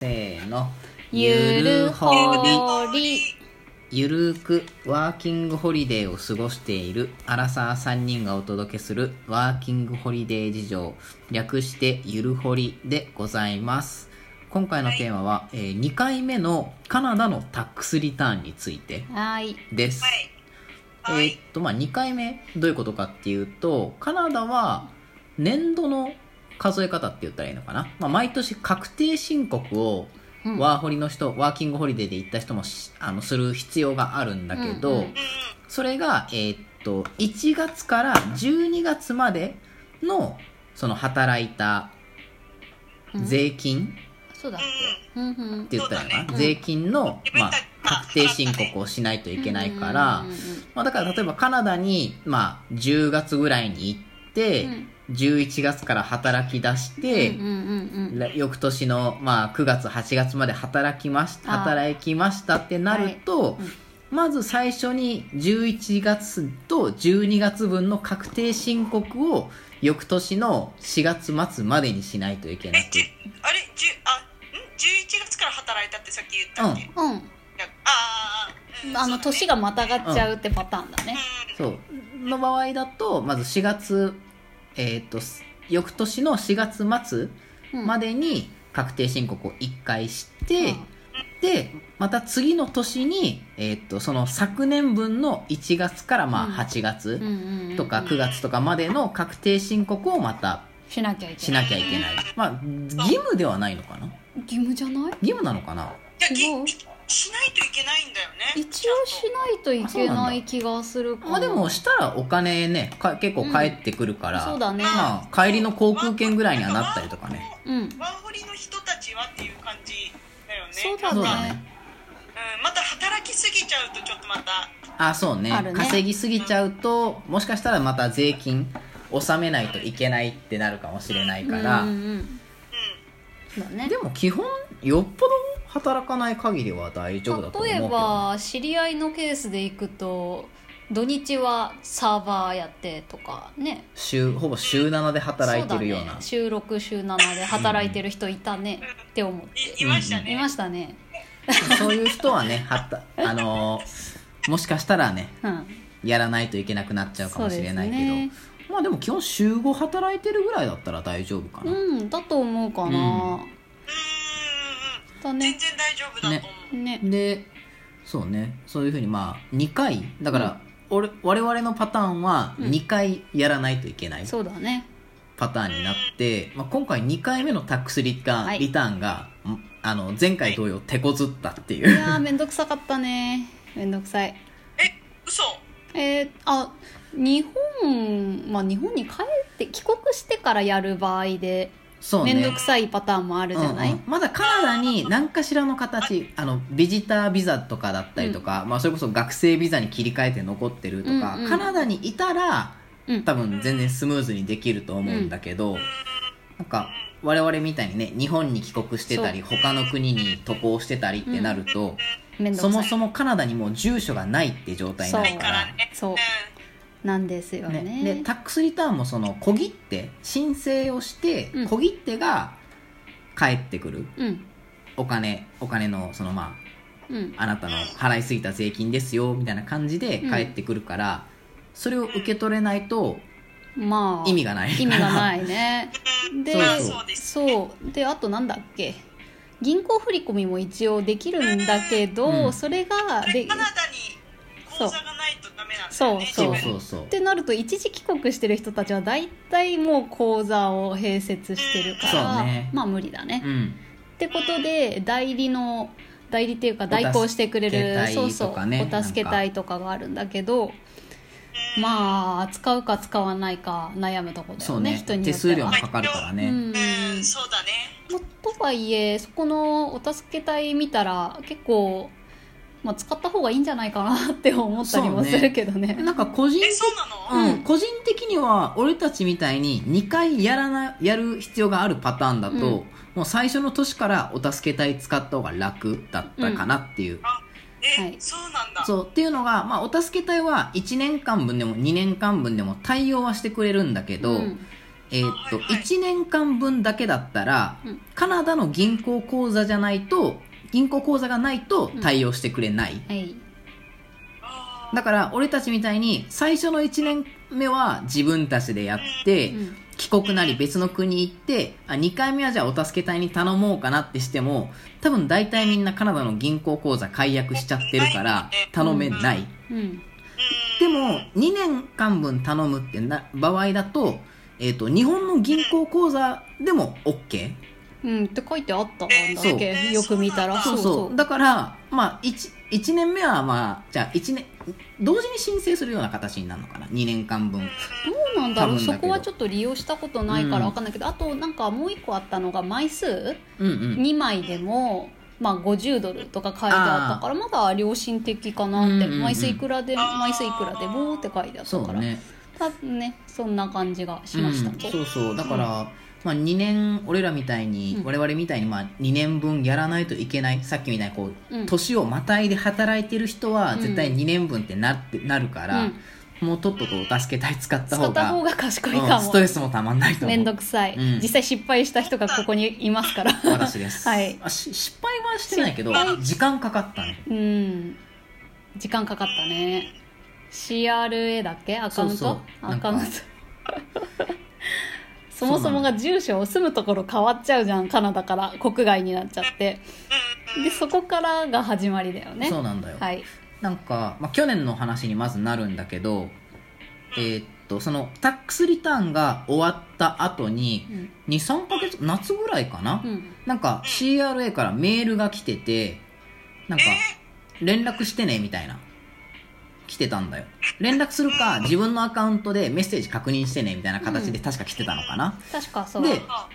せーのゆるほりり。ゆるーくワーキングホリデーを過ごしているアラサー3人がお届けするワーキングホリデー事情略してゆるほりでございます今回のテーマは、え2回目のカナダのタックスリターンについてはい。です、はい。えーっとまあ2回目どういうことかっていうとカナダは年度の数え方って言ったらいいのかな、まあ、毎年確定申告をうんワーホリの人ワーキングホリデーで行った人もしあのする必要があるんだけど、うんうんそれが、えーっと1月から12月までのその働いた税金そうだっうけ。うんうん。って言ったらいいのかな、うん税金の、自分まあたち、が確定申告をしないといけないから、うんうんうんまあ、だから例えばカナダに、まあ、10月ぐらいに行って、11月から働き出して、うんうんうんら翌年の、まあ、9月8月まで働きましあー働きましたってなると、いうんまず最初に11月と12月分の確定申告を翌年の4月末までにしないといけなえ、くじゅ、あれ、じゅ、あ、ん、十一月から働いたってさっき言ったっけ。うん。あーう。うんんあの、年がまたがっちゃうってパターンだね。そうの場合だとまず4月えっ、と翌年の4月末うんまでに確定申告を1回して、うんでまた次の年に、えー、とその昨年分の1月からまあうん8う月んうんうんとか9月とかまでの確定申告をまたしなきゃいしけない。なきゃいけないまあ義務ではないのかな義務じゃない義務なのかなうんじゃ違うあ、ぎ、しないといけないんだよね。一応しないといけない気がするかまあでもしたらお金ねか結構返ってくるから、そうだね。まあ帰りの航空券ぐらいにはなったりとかねうん。ワーホリの人たちはっていう感じだよね。そうだそうなんだかねうん、また働きすぎちゃうと、ちょっとまた。あそうねあるね稼ぎすぎちゃうともしかしたらまた税金納めないといけないってなるかもしれないから、うんうんうん。うん。だねで。も基本よっぽど働かない限りは大丈夫だと思うけ例えどば知り合いのケースで行くと土日はサーバーやってとかね週ほぼ週7で働いてるようそだなね、週6週7で働いてる人いたねって思っい、いてましたいね。ましたねそういう人はねはたあのーもしかしたらねうんやらないといけなくなっちゃうかもしれないけど、そうですねまあでも基本週5働いてるぐらいだったら大丈夫かな、うんだと思うかな、うんうんうん。だ全ね然大丈夫だと思う。ねでそうねそういうふうにまあ2回だから、俺我々のパターンはうん2回やらないといけないそうだねパターンになって、まあ、今回2回目のタックスリターン,、はいリターンがんあの前回同様手こずったっていいうやーめんどくさかったねめんどくさいえ、嘘。えー、あ日本まあ日本に帰って帰国してからやる場合でそうねめんどくさいパターンもあるじゃない、うんうんまだカナダに何かしらの形あのビジタービザとかだったりとか、まあ、それこそ学生ビザに切り替えて残ってるとか、うんうんカナダにいたらうん多分全然スムーズにできると思うんだけど、なんか我々みたいにね日本に帰国してたり他の国に渡航してたりってなると、めんどくさそいもそもカナダにもう住所がないって状態になるかからら。ね。そうんなんですよねね、でタックスリターンもその小切手申請をしてうん小切手が返ってくる、うんお金お金のそのまうんああなたの払いすぎた税金ですよみたいな感じでうん返ってくるから、それを受け取れないとまあ意味がない意味がいないねうんでそうまあ、そうです。そうであとなんだっけ銀行振込も一応できるんだけど、うんそれがこれでカナダに口座がないとダメなんだよね。そうそそうう そうってなると一時帰国してる人たちは大体もう口座を併設してるから、そうねまあ無理だね、うっんてことで代理の代理っていうか代行してくれお助るけそう隊そとうかねお助け隊とかがあるんだけどうんまあ使うか使わないか悩むとこだそようねね人に手よって数は料もかかるからね、うんうん、そうだね。まとはいえそこのお助け隊見たら結構、まあ、使った方がいいんじゃないかなって思ったりもするけどねなんか個人え、そうなうの、うんん、個人的には俺たちみたいに2回やらなやる必要があるパターンだと、うんもう最初の年からお助け隊使った方が楽だったかなっていう、え、はいそうなんだ。そうっていうのが、まあ、お助け隊は1年間分でも2年間分でも対応はしてくれるんだけど、うんえーっと、あはいはい1年間分だけだったら、うんカナダの銀行口座じゃないと、銀行口座がないと対応してくれない。はいあだから、俺たちみたいに、最初の1年目は自分たちでやって、うん帰国なり別の国行って、あ、2回目はじゃあお助け隊に頼もうかなってしても、多分大体みんなカナダの銀行口座解約しちゃってるから、頼めない。うんーでうんも、2年間分頼むってな場合だと、えっ、と、日本の銀行口座でも OK。うんって書いてあったんだっそうけよく見たらそうそう。だから、まあ、1、一年目はまあ、じゃあ1年、同時に申請するような形になるのかな。2年間分。どうなんだろう多分だそけどこはちょっと利用したことないからわかんないけど、あとなんかもう一個あったのが枚数うんうん。 2枚でも、まあ、50ドルとか書いてあったからまだ良心的かなって、うんうんうん枚数いくらで枚数いくらでもって書いてあったそかうら、ね。多分ねそんな感じがしましたうん、ね、そうそうだから、まあ、2年俺らみたいに、うん我々みたいにまあ2年分やらないといけないさっきみたいにこう、うん年をまたいで働いてる人はうん絶対2年分ってなってなるから、もうとっととお助け隊使った使方ったが方が賢いかうんスもトレスもたまんないと思う面倒くさい、うん実際失敗した人がここにいますから私ですはいあし失敗はしてないけど失敗時間かかったねうん時間かかったね CRA だっけアカウントそうそうなアんかカウント そもそもが住所を住むところ変わっちゃうじゃんカナダから国外になっちゃってでそこからが始まりだよねそうなんだよ、はいなんか、まあ、去年の話にまずなるんだけどえーっとそのタックスリターンが終わった後にうん23ヶ月夏ぐらいかな、うんなんか CRA からメールが来てて、なんか連絡してねみたいな。来てたんだよ。連絡するか自分のアカウントでメッセージ確認してねみたいな形で確か来てたのかな。確かそうであ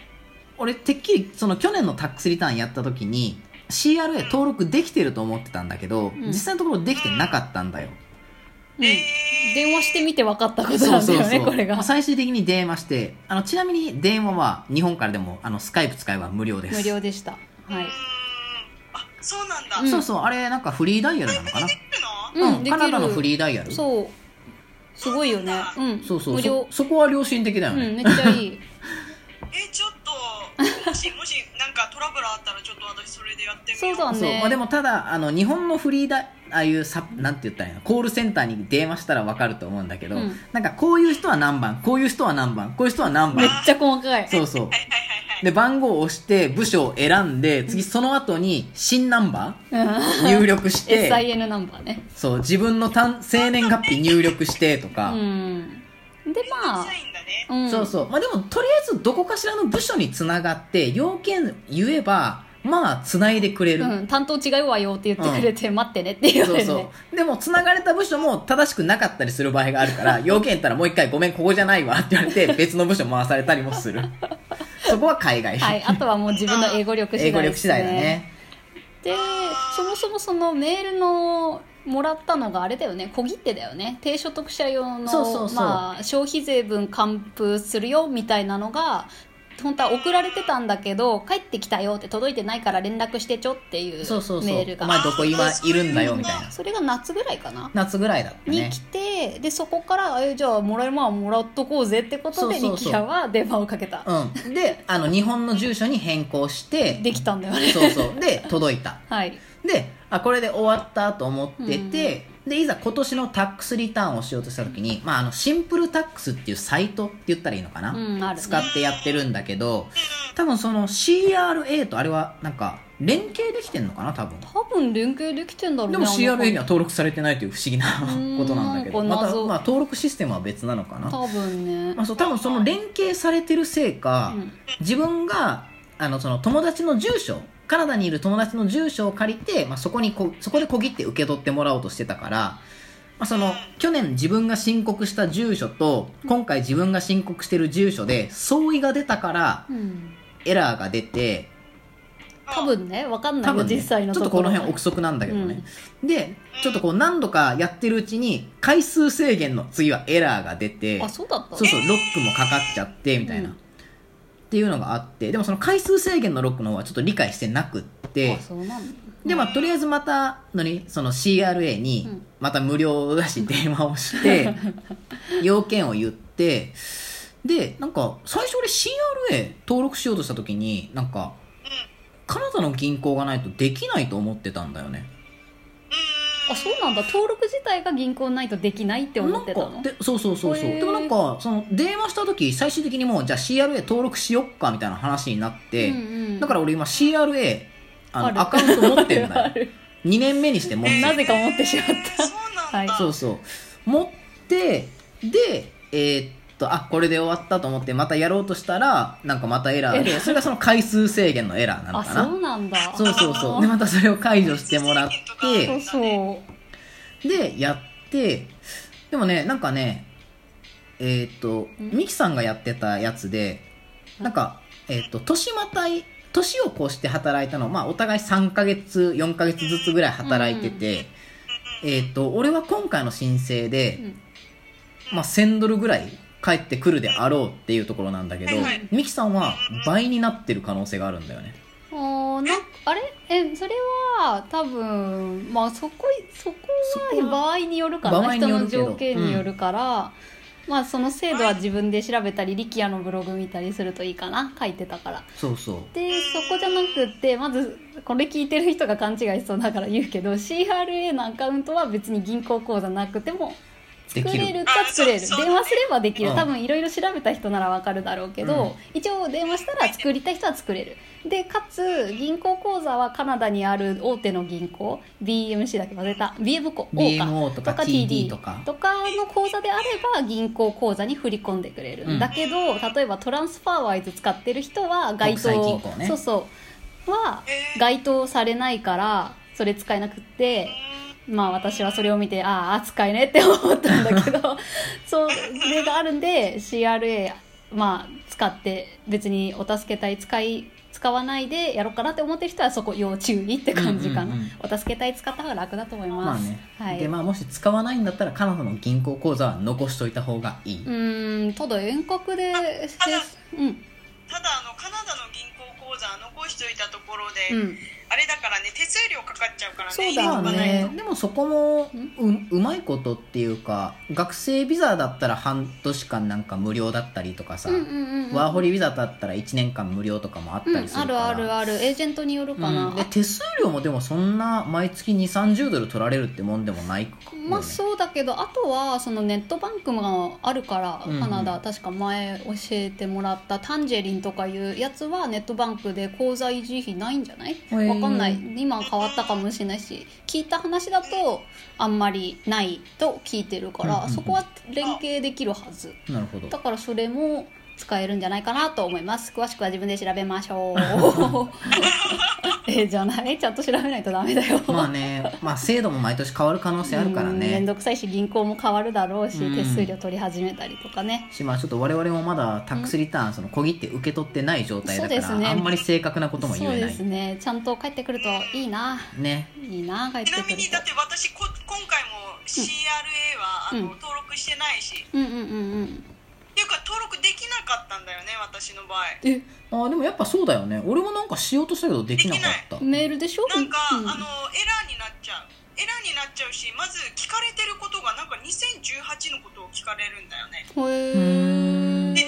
俺てっきりその去年のタックスリターンやった時に CRA 登録できてると思ってたんだけど、ん実際のところできてなかったんだよ。うん、電話してみて分かったことなんだよねこれがまあ最終的に電話して、あのちなみに電話は日本からでもあのスカイプ使えば無料です。無料でしたはい、あそうなんだ、うんそうそう、あれなんかフリーダイヤルなのかな。できるのうんうんできるカナダのフリーダイヤルそうすごいよねうんそうそう無料そそこは良心的だようね、んめっちゃ いいえちょっとも しもしなんかトラブルあったらちょっと私それでやってみようそうだそうねまあ、でもただあの日本のフリーダああいうサなんて言ったらいいのコールセンターに電話したら分かると思うんだけど、うんなんかこういう人は何番こういう人は何番こういう人は何 めっ番ちゃ細かいそうそうはいはいはいはいで番号を押して部署を選んで次その後に新ナンバうんー入力し て SIN ナンバーねそう自分の単生年月日入力してとうか、んでまあ小さいんだねうんそうそう。まあでも、とりあえずどこかしらの部署につながって、要件言えば、まあ、つないでくれる。うん、担当違うわよって言ってくれて、待ってねって言わそうれて、ね、そう。でも、つながれた部署も正しくなかったりする場合がある から、要件言ったらもう一回、ごめん、ここじゃないわって言われて、別の部署回されたりもす る。そこは海外。はい、あとはもう自分の英語力英次語第力で次す第ねだね。でそもそもそのメールのもらったのがあれだよね小切手だよね低所得者用のそうそうそうまあ、消費税分還付するよみたいなのが本当は送られてたんだけど帰ってきたよって届いてないから連絡してちょっていうメそうそうそう。ールがお前どこ今いるんだよ、みたいな。それが夏ぐらいかな夏ぐらいだったにね来。てでそこからあじゃあもらえるもんはもらっとこうぜってことでそうそうそう力也は電話をかけた、うん。で、あの、日本の住所に変更して、できたんだよねそうそう。で、届いた。はいであこれで終わったと思ってて、でいざ今年のタックスリターンをしようとした時に、まあ、あのシンプルタックスっていうサイトって言ったらいいのかな、うんあるね使ってやってるんだけど多分その CRA とあれはなんか連携できてんのかな多分多分連携できてんだろうねでもあの CRA には登録されてないという不思議な んことなんだけどなんまかた、謎まあ、登録システムは別なのかな多分ねまあ、そう多分その連携されてるせいか、うん自分があのその友達の住所カナダにいる友達の住所を借りて、まあ、そこにこそこで小切って受け取ってもらおうとしてたから、まあ、その去年自分が申告した住所と今回自分が申告してる住所で相違が出たからうんエラーが出て多分ねわかんな多いよ、分、ね、実際のちょっととこころの辺こ憶測なんだけどね、でちょっとこう何度かやってるうちに回数制限の次はエラーが出てあそうだったそうそう、ロックもかかっちゃって、みたいな、うんっていうのがあって、でもその回数制限のロックの方はちょっと理解してなくってあ、そうなんだで、まあ、とりあえずまた、のに、その CRA にうん、また無料だし電話をして、要件を言って、でなんか最初俺 CRA 登録しようとした時になんかカナダの銀行がないとできないと思ってたんだよねあそうなんだ登録自体が銀行ないとできないって思ってたなのんかでそうそうそうそうへーでもなんかその電話した時最終的にもうじゃあ CRA 登録しよっかみたいな話になって、うんうんだから俺今 CRA あのあるアカウント持ってんだあ よる2年目にして持ってあるるなぜか思ってしまったそうなんだ、はいそうそう持ってでえーっとあこれで終わったと思ってまたやろうとしたらなんかまたエラーエラでーそれがその回数制限のエラーなのあかそなうなんだそうそうそうでまたそれを解除してもらっ そうてそうでやってでもねなんかねえーっとんミキさんがやってたやつでなんかえーっと年またい年を越して働いたのまあお互い3ヶ月4ヶ月ずつぐらい働いてて、えーっと俺は今回の申請で、うんまあ、1000ドルぐらい返ってくるであろうっていうところなんだけど、はいはいミキさんは倍になってる可能性があるんだよね。あーなんあれえそれは多分まあそこそこそこは場合によるか場合らに人よるのけど条件によるから、まあその制度は自分で調べたり力也のブログ見たりするといいかな書いてたからそうそう。でそこじゃなくってまずこれ聞いてる人が勘違いしそうだから言うけど CRA のアカウントは別に銀行口座なくてもで作きれる。るか作れあるそうそう電話すればできるうん多分いろいろ調べた人ならわかるだろうけど、一応電話したら作りたい人は作れるでかつ銀行口座はカナダにある大手の銀行 BMC だっけ忘れた BM コ BMO とか TD とか。とかの口座であれば銀行口座に振り込んでくれる、うんだけど例えばトランスファーワイズ使ってる人は該国際銀当、行ねそうそうはへー該当されないからそれ使えなくってまあ私はそれを見てああ使えねえって思ったんだ けどそうそれがあるんで CRA まあ使って別にお助け隊使い使わないでやろうかなって思ってる人はそこ要注意って感じかな、うんうんうんお助け隊使った方が楽だと思いままあす、ね。はいで、まあもし使わないんだったら、彼女の銀行口座は残しといた方がいい。うーんただ遠隔でたうんだただあのカナダの銀行口座残しといたところで、うんあれだからね手数料かかっちゃうからねそうだまあ入れとかないとね、でもそこもううまいことっていうか学生ビザだったら半年間なんか無料だったりとかさ、うんうんうんうんワーホリビザだったら1年間無料とかもあっうんたりすあるかるら、あるあるエージェントによるかな、うんで手数料もでもそんな毎月2 3 0ドル取られるってもんでもないかまあそうだけどあとはそのネットバンクもあるからうんうんカナダ、確か前教えてもらったタンジェリンとかいうやつはネットバンクで口座維持費ないんじゃないーわかんない今変わったかもしれないし聞いた話だとあんまりないと聞いてるかうんうんら、うんそこは連携できるはずなるほどだからそれも使えるんじゃないかなと思います詳しくは自分で調べまし ょう えじゃないちゃんと調べないとダメだよまあねまあ制度も毎年変わる可能性あるから面ね倒くさいし銀行も変わるだろうしうん手数料取り始めたりとかねしまあちょっと我々もまだタックスリターンその小切って受け取ってない状態だかそうですらねあんまり正確なことも言そうえなでいすねちゃんと帰ってくるといいなねいいな帰ってちなくみるにだって私こ今回も CRA は、あのうん登録してないしっとうんうんうんうんていうか登録できなかったんだよね私の場合えあーでもやっぱそうだよね俺もなんかしようとしたけどできなかったメールでしょなんか、うんあのエラーになっちゃうエラーになっちゃうしまず聞かれてることがなんか2018のことを聞かれるんだよねへうーーんで2018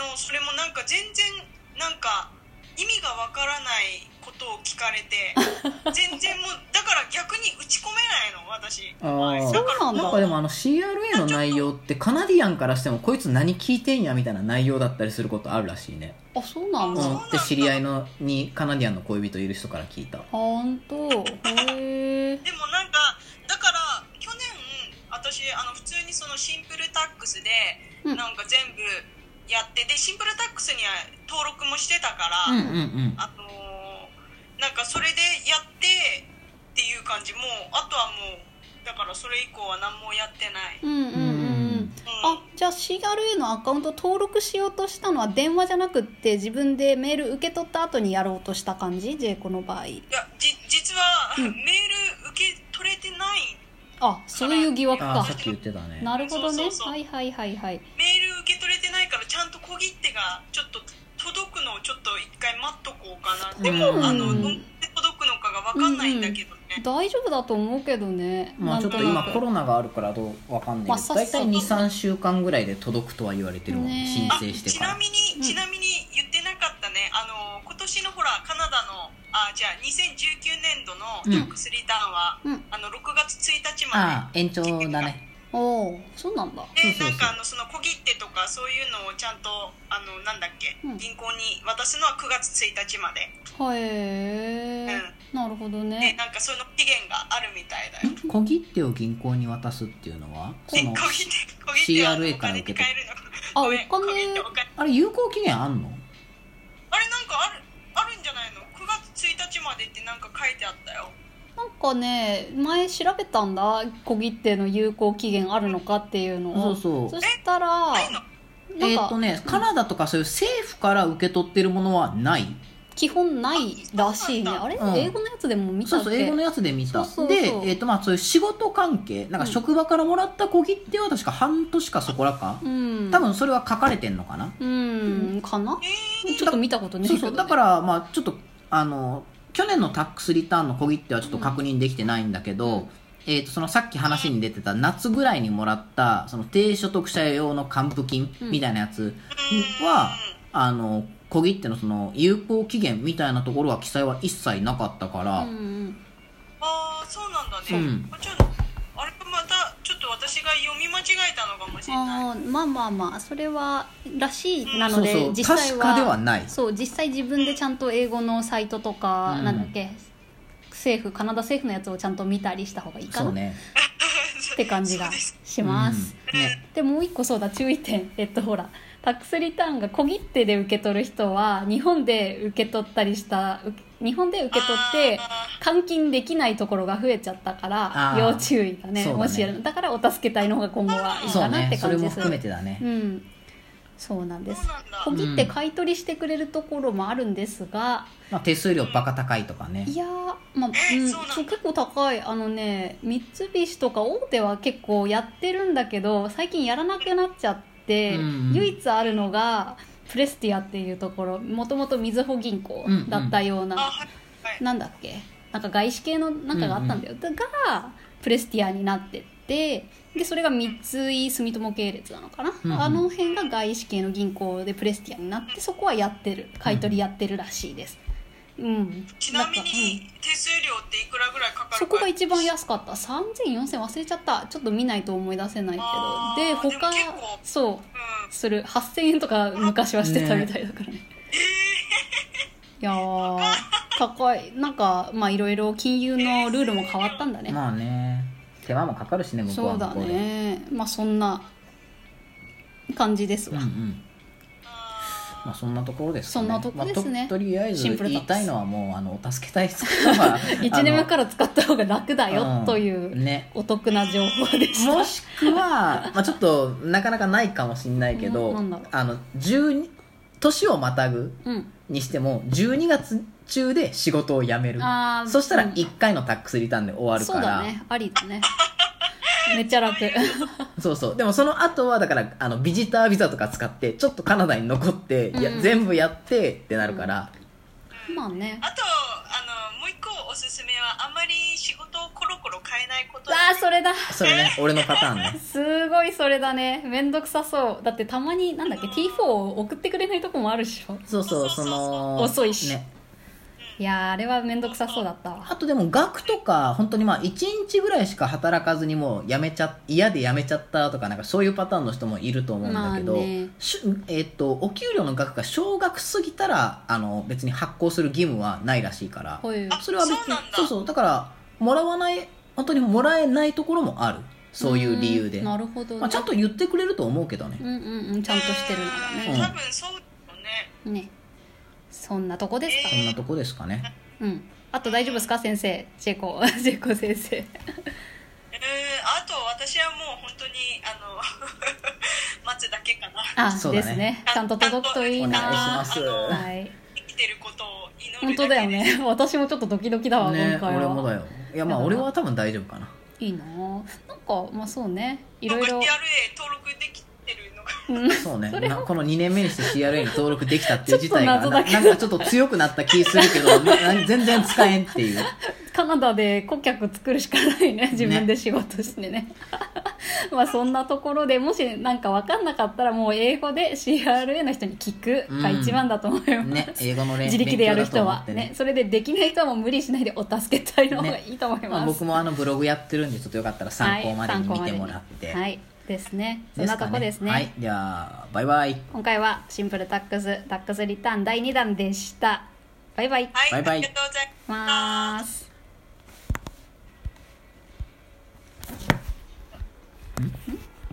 のそれもなんか全然なんか意味がわからないことを聞かれて 全然もうだから逆に打ち込めないの私あーだからそなうんだかでもあの CRA の内容ってカナディアンからしてもこいつ何聞いてんやみたいな内容だったりすることあるらしいねあそうなんだそううんなん、だで知り合いのにカナディアンの恋人いる人から聞いたほんとへえでもなんかだから去年私あの普通にそのシンプルタックスでうんなんか全部やってでシンプルタックスには登録もしてたから、うんうんうんあのーなんかそれでやってっていう感じもうあとはもうだからそれ以降は何もやってない、うんうんうんうんあじゃあ CRA のアカウント登録しようとしたのは電話じゃなくって自分でメール受け取った後にやろうとした感じ J この場合いやじ実は、うんメール受け取れてないあそういう疑惑あーかさっき言ってたねなるほどねそうそうそうはいはいはいはいメール受け取れてないからちゃんと小切手がちょっと届くのをちょっと一回待っとこうかなでも、うんあのどんな届くのかが分かんないんだけどね、ね大丈夫だと思うけどねまあちょっと今コロロナがあるからどうわかんなまあいけさどっ大さと体23週間ぐらいで届くとは言われてるもんねね申あ請してちかならみに、ちなみに言ってなかったね、あの今年のほら、カナダの、あじゃあ、2019年度のうんトックスリーターンは、うんあの6月1日まああ延長だねおおそうなんだで、でそうそうそうなんかあのその小切手とか、そういうのをちゃんと、あのなんだっけ、うん銀行に渡すのは9月1日まで、へえ、なるほどでねなんかその期限があるみたいだよ。小切手を銀行に渡すっていうのはそえの小切手、小切手は CRA おから金受け取に変えるるのあごおめ金ん小切手お金あれ有効期限あんのあれ、なんかあるあるんじゃないの ?9 月1日までってなんか書いてあったよ。なんかね前調べたんだ小切手の有効期限あるのかっていうのをそうそうそしたらないのなえんーっとかねカナダとかそういう政府から受け取ってるものはない基本ないらしいねああれ、うん英語のやつでも見たそうっそう英け語のやつで見たそうそうそうで、えーっとまあ、そういう仕事関係なんかうん職場からもらった小切手は確か半年かそこらか、うん多分それは書かれてんのかな、うんかなえーちょっと見たことねそうそうだからまあちょっとあの去年のタックスリターンの小切手はちょっと確認できてないんだけど、えー、とそのさっき話に出てた夏ぐらいにもらったその低所得者用の還付金うんみたいなやつうんは、あの小切手のその有効期限みたいなところは記載は一切なかったから、うんうんああそうなんだね、うんあちょっとあれまたちょっと私が読み間違えたのかもしれないあーまあまあまあそれはらしいなそのうでそう実際確かではないそう実際自分でちゃんと英語のサイトとか、うんなんだっけ政府カナダ政府のやつをちゃんと見たりした方がいいかそな、うねって感じがそうですします、うんねでもう一個そうだ注意点 えっとほらタックスリターンが小切手で受け取る人は日本で受け取ったりしたう日本で受け取ってあ換金できないところが増えちゃったからあー要注意だねそうだねもしやるだからお助け隊の方が今後はいいそかうなっねてそ感れじもです含めてだね、うん、そうなんでーすそうなんだ小切手買い取りしてくれるところもあるんですが、まあ、手数料バカ高いとかねいやーまあ、えうん、そうなんだそう結構高いあのね三菱とか大手は結構やってるんだけど最近やらなくなっちゃっうて、ん唯一あるのがプレスティアっていうところもともとみずほ銀行うんだったようあな、はいはいなんだっけなんか外資系のなんかがあったんだよ、だがプレスティアになってってでそれが三井住友系列なのかな、うんうんあの辺が外資系の銀行でプレスティアになってそこはやってる買い取りやってるらしいですうん、ちなみんかうんに手数料っていくらぐらいかかるかそこが一番安かった30004000忘れちゃったちょっと見ないと思い出せないけあどーででも他結構そううんする8000円とか昔はしてたみたいだからねいやー高いなんかまあいろいろ金融のルールも変わったんだね、まあね手間もかかるしね向こうそはう向だこうでねまあそんな感じですうんわ、うんあまあそんなところですかねそんなとこですまねあととりあえずシンプル言タッいクスたいのはもうあのお助け隊使うの は1年目からら使った方が楽だよというねお得な情報でしたもしくは、まあ、ちょっとなかなかないかもしれないけどななんだろうあの12年をまたぐうんにしても12月中で仕事を辞めるあーそしたらうん1回のタックスリターンで終わるそうかだら、ねありだね めっちゃ楽そうそうでもその後はだからあのビジタービザとか使ってちょっとカナダに残って、いやうん全部やってってなるから、ーうんまあねあとあのもう一個おすすめはあんまり仕事をコロコロ変えないことああそれだそれね俺のパターンねすごいそれだねめんどくさそうだってたまになんだっけ T4 を送ってくれないとこもあるでしょそうそうその遅いしねいやーあれはめんどくさそうだったわあとでも額とか本当にまあ1日ぐらいしか働かずにもう辞めちゃ嫌で辞めちゃったとかなんかそういうパターンの人もいると思うんだけど、まあねしゅえっとお給料の額が少額すぎたらあの別に発行する義務はないらしいからこういうそれは別にそうなんだそうそうだからもらわない本当にもらえないところもあるそういう理由でんなるほどね、まあ、ちゃんと言ってくれると思うけどねうんうんうんちゃんとしてるならうんね多分そうだよねねそんなとこですかそんなとこですかねうんあと大丈夫ですか先生ジェコ ジェコ先生えーあと私はもう本当にあの 待つだけかなあそうだでねすねちゃんと届くといいお願いなしますはい生きてることを祈る本当だよね 私もちょっとドキドキだわ、ね今回は俺もだよいやまあだから俺は多分大丈夫かないいなぁなんかまあそうねいいろいろ CRA 登録できてるのがうんそうねそれなこの2年目にして CRA に登録できたっていう事態ちがょっと謎なだけなどんかちょっと強くなった気するけどなな全然使えんっていうカナダで顧客作るしかないね自分で仕事してね まあそんなところでもしなんか分かんなかったらもう英語で CRA の人に聞くが一番だと思います、 ね、英語の練自力でやる人勉は、強だと思ってねねそれでできない人はもう無理しないでお助け隊の方がいいと思いままあ、す、僕もあのブログやってるんでちょっとよかったら参考までに見てもらって、はい、はいですねそんですなとかこですねはいではバイバイ今回はシンプルタックスタックスリターン第2弾でしたバイバイはい、バイバイありがとうございまーす